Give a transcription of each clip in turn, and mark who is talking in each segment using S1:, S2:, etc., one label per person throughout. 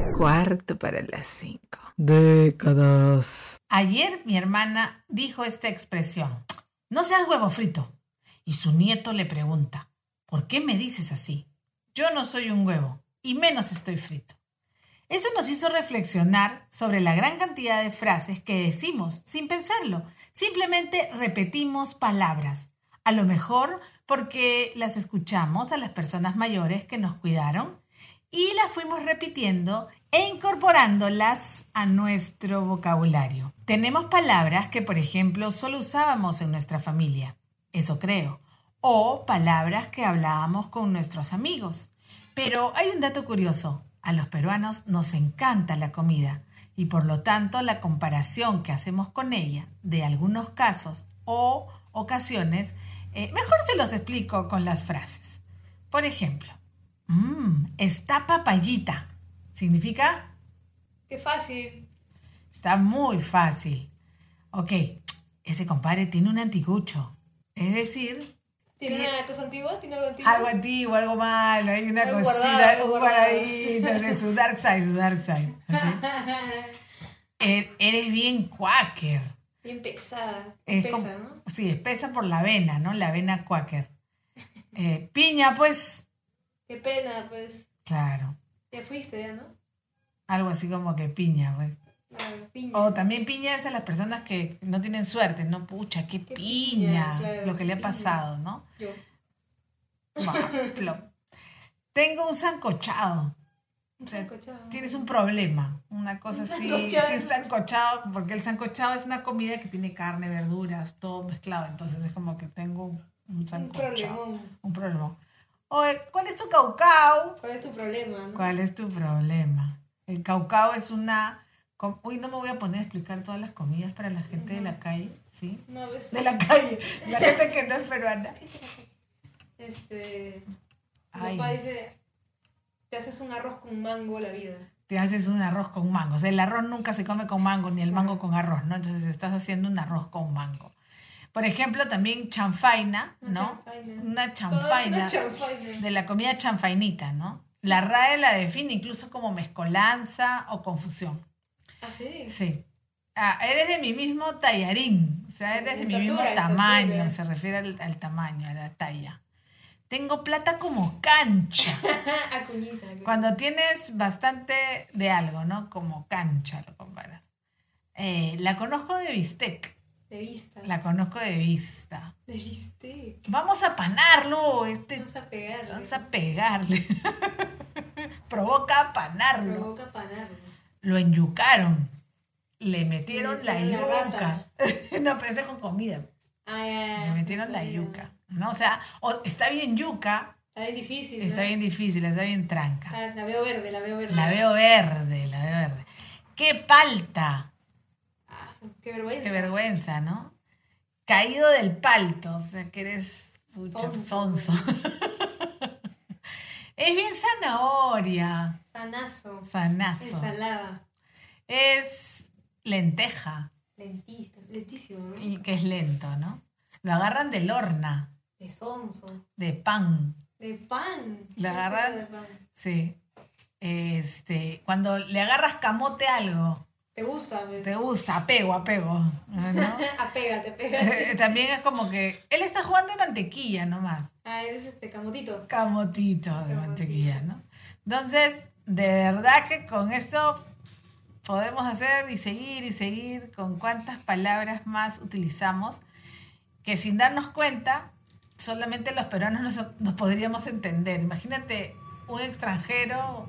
S1: cuarto para las cinco.
S2: Décadas.
S3: Ayer mi hermana dijo esta expresión, no seas huevo frito. Y su nieto le pregunta, ¿por qué me dices así? Yo no soy un huevo, y menos estoy frito. Eso nos hizo reflexionar sobre la gran cantidad de frases que decimos sin pensarlo. Simplemente repetimos palabras. A lo mejor porque las escuchamos a las personas mayores que nos cuidaron y las fuimos repitiendo e incorporándolas a nuestro vocabulario. Tenemos palabras que, por ejemplo, solo usábamos en nuestra familia, eso creo, o palabras que hablábamos con nuestros amigos. Pero hay un dato curioso, a los peruanos nos encanta la comida y por lo tanto la comparación que hacemos con ella de algunos casos o ocasiones, eh, mejor se los explico con las frases. Por ejemplo, mmm, está papayita. ¿Significa?
S4: Qué fácil.
S3: Está muy fácil. Ok, ese compadre tiene un anticucho. Es decir,
S4: ¿Tiene
S3: Tiene-
S4: una cosa antigua? ¿Tiene algo antiguo?
S3: algo antiguo, algo malo, hay una
S4: Algo guardado,
S3: cosita,
S4: algo
S3: algo
S4: guardado.
S3: guardadito, de su dark side, su dark side. ¿ok? Er- Eres bien quaker.
S4: Bien pesada.
S3: Es
S4: Pesa,
S3: como-
S4: ¿no?
S3: Sí, espesa por la avena, ¿no? La avena quaker. Eh, piña, pues,
S4: Qué pena, pues.
S3: claro,
S4: Ya fuiste, ya, ¿no?
S3: algo así como que piña, pues.
S4: La piña.
S3: O también piña es a las personas que no tienen suerte, ¿no? Pucha, qué, piña,
S4: Qué piña, claro,
S3: lo que le ha
S4: piña.
S3: pasado, ¿no?
S4: Yo.
S3: Va, plop. Tengo un sancochado. O sea,
S4: Sancochado.
S3: tienes un problema, una cosa
S4: Un
S3: así,
S4: sancochado.
S3: sí, un sancochado, porque el sancochado es una comida que tiene carne, verduras, todo mezclado, entonces es como que tengo un- un
S4: Un
S3: sancochado,
S4: problemón.
S3: un problema. Oye, ¿cuál es tu caucao?
S4: ¿Cuál es tu problema? no?
S3: ¿Cuál es tu problema? El caucao es una... com- Uy, no me voy a poner a explicar todas las comidas para la gente de la calle, ¿sí?
S4: No, ves.
S3: De la calle, la gente que no es peruana.
S4: Este.
S3: Ay.
S4: Mi papá dice: Te haces un arroz con mango la vida.
S3: te haces un arroz con mango. O sea, el arroz nunca se come con mango, ni el mango con arroz, ¿no? Entonces estás haciendo un arroz con mango. Por ejemplo, también chanfaina,
S4: Una
S3: ¿no?
S4: chanfaina.
S3: Una
S4: Todo es
S3: chanfaina.
S4: una chanfaina.
S3: De la comida chanfainita, ¿no? La RAE la define incluso como mezcolanza o confusión.
S4: ¿Ah, sí?
S3: Sí. Ah, eres de mi mismo tallarín, o sea, eres de mi mismo
S4: Estatura,
S3: tamaño,
S4: estatura.
S3: se refiere al, al tamaño, a la talla. Tengo plata como cancha.
S4: a cuñita. acuñita.
S3: Cuando tienes bastante de algo, ¿no? Como cancha lo comparas. Eh, la conozco de bistec,
S4: De vista.
S3: la conozco de vista.
S4: De viste.
S3: Vamos a panarlo, este,
S4: Vamos a pegarle.
S3: vamos a pegarle. Provoca panarlo.
S4: Provoca panarlo.
S3: Lo enyucaron, le metieron la
S4: metieron la
S3: yuca. no, pero eso es con comida.
S4: Ay, ay, ay.
S3: Le metieron la yuca, ¿no? O sea, o- está bien yuca,
S4: Está bien difícil. ¿no?
S3: está bien difícil, está bien tranca.
S4: Ah, la veo verde, la veo verde.
S3: La veo verde, la veo verde. ¡Qué palta!
S4: Ah, su- qué vergüenza.
S3: Qué vergüenza, ¿no? Caído del palto, o sea, que eres pucha,
S4: Sonso.
S3: sonso. es bien zanahoria,
S4: Sanazo. Es
S3: sanazo.
S4: salada.
S3: Es lenteja,
S4: Lentista. Lentísimo, ¿no?
S3: y que es lento, ¿no? Lo agarran de lorna,
S4: De sonso.
S3: de pan,
S4: De pan.
S3: La
S4: Qué
S3: agarra-
S4: cosa de pan.
S3: sí. Este, cuando le agarras camote a algo,
S4: Te gusta, ¿ves?
S3: te gusta, apego, apego, ¿no?
S4: Apégate, apégate.
S3: También es como que él está jugando de mantequilla nomás.
S4: Ah, eres este camotito.
S3: Camotito de
S4: Camotito.
S3: mantequilla, ¿no? Entonces, de verdad que con eso podemos hacer y seguir y seguir con cuántas palabras más utilizamos que sin darnos cuenta, solamente los peruanos nos, nos podríamos entender. Imagínate un extranjero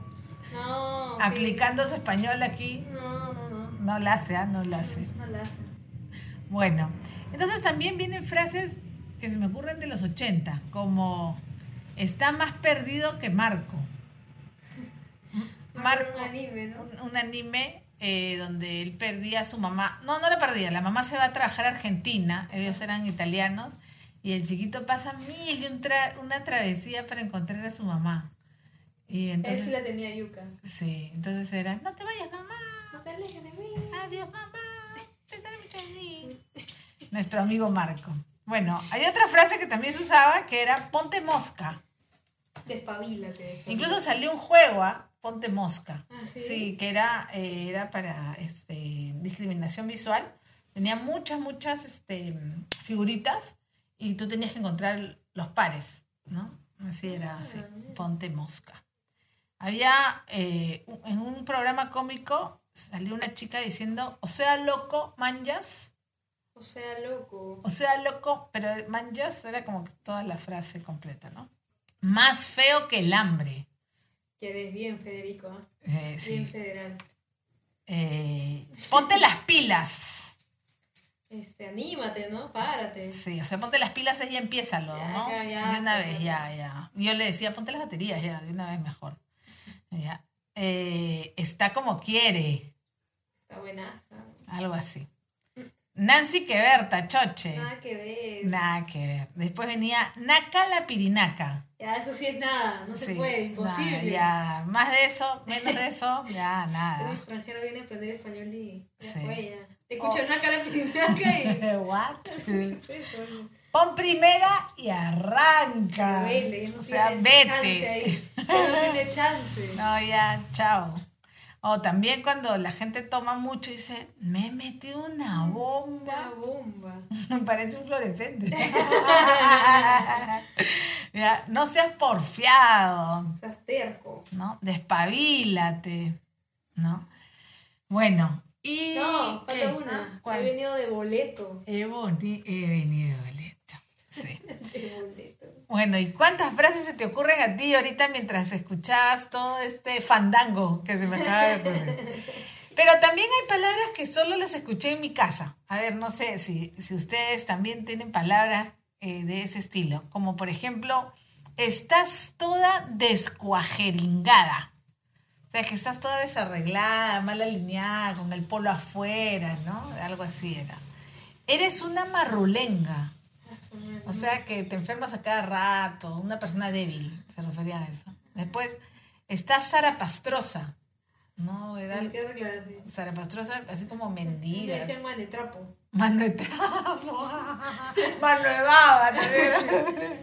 S4: No. sí.
S3: aplicando su español aquí.
S4: No, no, no.
S3: No la hace, ¿ah? no la hace.
S4: No la hacen.
S3: Bueno, entonces también vienen frases que se me ocurren de los 80, como está más perdido que Marco. Marco,
S4: Un anime, ¿no?
S3: un, un anime eh, donde él perdía a su mamá. No, no la perdía, la mamá se va a trabajar a Argentina, ellos eran italianos, y el chiquito pasa mil y un tra- una travesía para encontrar a su mamá. Y
S4: Él sí
S3: entonces,
S4: la tenía yuca.
S3: sí, entonces era, no te vayas mamá,
S4: No te alejes de mí.
S3: Adiós, mamá. Te estaré mucho en mí. Nuestro amigo Marco. Bueno, hay otra frase que también se usaba que era ponte mosca.
S4: Despabilate.
S3: Incluso salió un juego, ¿ah? Ponte Mosca.
S4: Ah, sí.
S3: Sí, que era, eh, era para este, discriminación visual. Tenía muchas, muchas este, figuritas y tú tenías que encontrar los pares, ¿no? Así
S4: Ah,
S3: era, así, Ponte Mosca. Había, eh, un- en un programa cómico, salió una chica diciendo, o sea, loco, manjas.
S4: O sea, loco.
S3: O sea, loco, pero manjas era como que toda la frase completa, ¿no? Más feo que el hambre.
S4: Que eres bien, Federico. ¿ah?
S3: Eh, sí.
S4: Bien federal.
S3: Eh, ponte las pilas.
S4: Este, anímate, ¿no? Párate.
S3: Sí, o sea, ponte las pilas y ya empiézalo,
S4: Ya,
S3: ¿no?
S4: ya, ya,
S3: de una
S4: ya,
S3: vez,
S4: ya.
S3: ya, ya. Yo le decía, ponte las baterías ya, de una vez mejor. Ya. Eh, está como quiere,
S4: Está buenaza.
S3: algo así. Nancy Queberta, choche.
S4: Nada que ver.
S3: Nada que ver. Después venía Naca la Pirinaca.
S4: Ya, eso sí es nada. No se
S3: Sí,
S4: puede. Imposible.
S3: nada, ya, más de eso, menos de eso, ya,
S4: Un
S3: nada.
S4: extranjero viene a aprender español y ya
S3: Sí. Oh.
S4: fue ya. Te escucho una cara pinaca y...
S3: What?
S4: ¿Qué es eso?
S3: Pon primera y arranca.
S4: Duele, no
S3: o sea,
S4: tiene chance
S3: vete.
S4: ahí. Ya No tiene chance.
S3: No, ya, chao. O también cuando la gente toma mucho y dice, me metí una
S4: Una
S3: bomba.
S4: bomba.
S3: Parece un fluorescente. ya, no seas porfiado.
S4: Estás terco.
S3: ¿no? Despabilate, ¿no? Bueno, y...
S4: No, falta
S3: ¿qué? Ah,
S4: una.
S3: ¿Cuál?
S4: He venido de boleto.
S3: He, boni- he venido boleto, sí.
S4: De boleto.
S3: Bueno, ¿y cuántas frases se te ocurren a ti ahorita mientras escuchabas todo este fandango que se me acaba de ocurrir? Pero también hay palabras que solo las escuché en mi casa. A ver, no sé si, si ustedes también tienen palabras eh, de ese estilo. Como por ejemplo, estás toda descuajeringada. O sea, que estás toda desarreglada, mal alineada, con el polo afuera, ¿no? Algo así era. Eres una marrulenga.
S4: Ah, su madre.
S3: O sea, que te enfermas a cada rato, una persona débil, se refería a eso. Después, está Sara Pastrosa. No, era
S4: ¿Qué hace clase?
S3: Sara Pastrosa, así como
S4: Le
S3: mendiga.
S4: decían mane trapo.
S3: Mano de trapo. Mano de baba también.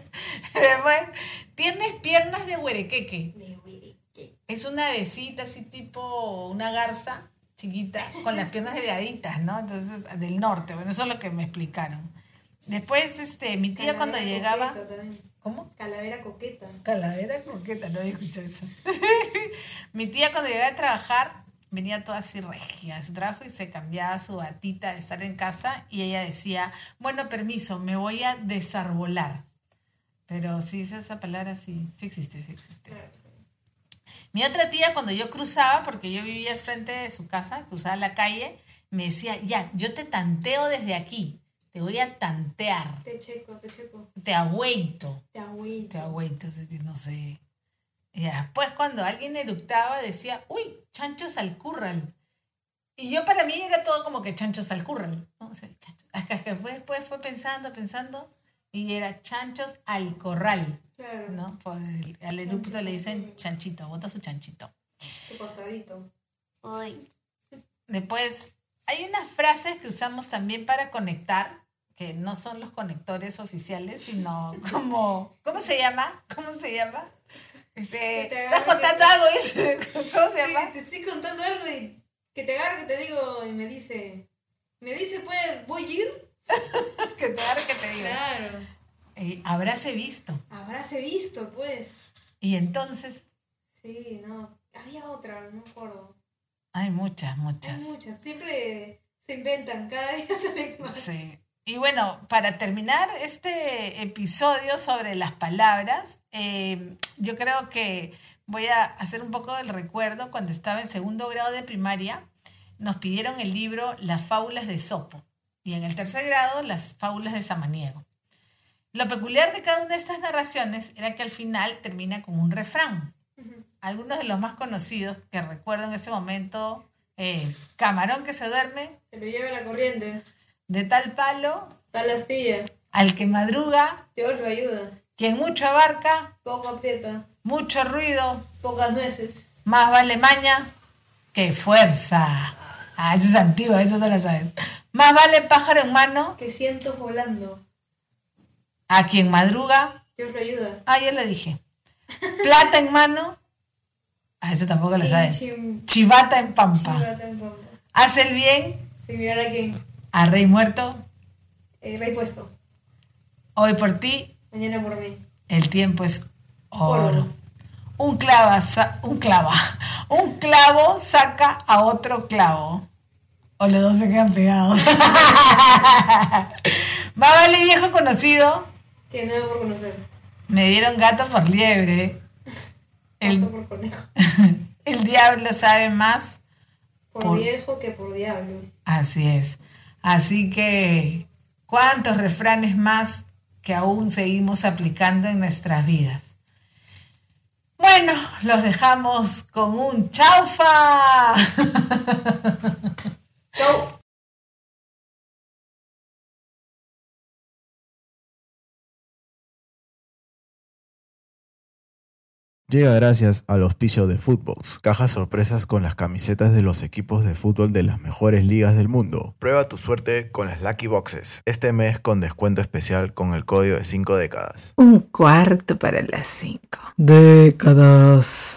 S3: Después, tienes piernas de huerequeque.
S4: Me huiriqué.
S3: Es una besita así tipo una garza chiquita, con las piernas delgaditas, ¿no? Entonces, del norte, bueno, eso es lo que me explicaron. Después, este, mi tía cuando
S4: Calavera
S3: llegaba...
S4: coqueta también.
S3: ¿Cómo?
S4: Calavera coqueta.
S3: Calavera coqueta, no había escuchado eso. Mi tía cuando llegaba a trabajar venía toda así regia de su trabajo y se cambiaba su batita de estar en casa y ella decía, bueno, permiso, me voy a desarbolar. Pero sí, esa- esa palabra sí, sí existe, sí existe. Mi otra tía cuando yo cruzaba, porque yo vivía al frente de su casa, cruzaba la calle, me decía, ya, yo te tanteo desde aquí, te voy a tantear,
S4: Te checo, te checo.
S3: te agüento
S4: Te agüito.
S3: te agüento, así que no sé. Y después cuando alguien eructaba decía, uy, chanchos al curral. Y yo para mí era todo como que chanchos al curral. ¿no? O sea, chancho- hasta que fue, después fue pensando, pensando, y era chanchos al corral.
S4: Claro.
S3: ¿no? Por el- al eructo le dicen chanchito, bota su chanchito.
S4: Tu cortadito.
S3: Después, hay unas frases que usamos también para conectar, que no son los conectores oficiales, sino como, ¿cómo se llama? ¿Cómo se llama? Este,
S4: Que te
S3: ¿Estás
S4: agarre,
S3: contando
S4: que te-
S3: algo? Dice, ¿Cómo se
S4: Sí,
S3: llama?
S4: te estoy contando algo y que te agarro, que te digo, y me dice, me dice, pues, ¿voy a ir?
S3: Que te agarre, que te diga.
S4: Claro.
S3: Eh, habráse visto.
S4: Habráse visto, pues.
S3: Y entonces,
S4: Sí, no. Había otra, no me acuerdo.
S3: hay muchas,
S4: Hay
S3: muchas.
S4: muchas. Siempre se inventan, cada día salen más.
S3: Sí. Y bueno, para terminar este episodio sobre las palabras, eh, yo creo que voy a hacer un poco del recuerdo. Cuando estaba en segundo grado de primaria, nos pidieron el libro Las fábulas de Sopo y en el tercer grado Las fábulas de Samaniego. Lo peculiar de cada una de estas narraciones era que al final termina con un refrán. Algunos de los más conocidos que recuerdo en ese momento es Camarón que se duerme,
S4: Se lo lleva la corriente.
S3: de tal palo
S4: Tal astilla.
S3: al que madruga,
S4: Dios lo ayuda.
S3: quien mucho abarca,
S4: Poco aprieta.
S3: mucho ruido,
S4: Pocas nueces.
S3: más vale maña que fuerza. Ah, eso es antiguo, eso no lo sabes. Más vale pájaro en mano
S4: Que siento volando.
S3: a quien madruga.
S4: Dios lo ayuda.
S3: Ah, ya lo dije. Plata en mano A ese tampoco le
S4: Y
S3: sabe.
S4: chim-
S3: Chivata en Pampa.
S4: Chivata en Pampa.
S3: Haz el bien
S4: Sin mirar a quién.
S3: a rey muerto.
S4: Eh, rey puesto.
S3: Hoy por ti
S4: Mañana por mí.
S3: el tiempo es oro.
S4: Oro.
S3: Un clava, sa- un clava, un clavo saca a otro clavo. O los dos se quedan pegados. Va vale viejo conocido.
S4: Que nuevo por conocer.
S3: Me dieron gato por liebre.
S4: Tanto
S3: El,
S4: por conejo.
S3: el diablo sabe más.
S4: Por,
S3: Por-
S4: viejo que por diablo.
S3: Así es. Así que, ¿cuántos refranes más que aún seguimos aplicando en nuestras vidas? Bueno, los dejamos con un chaufa.
S4: Chau.
S1: Llega gracias al auspicio de Footbox, cajas sorpresas con las camisetas de los equipos de fútbol de las mejores ligas del mundo. Prueba tu suerte con las Lucky Boxes, este mes con descuento especial con el código de 5 décadas.
S5: Un cuarto para las cinco.
S2: décadas.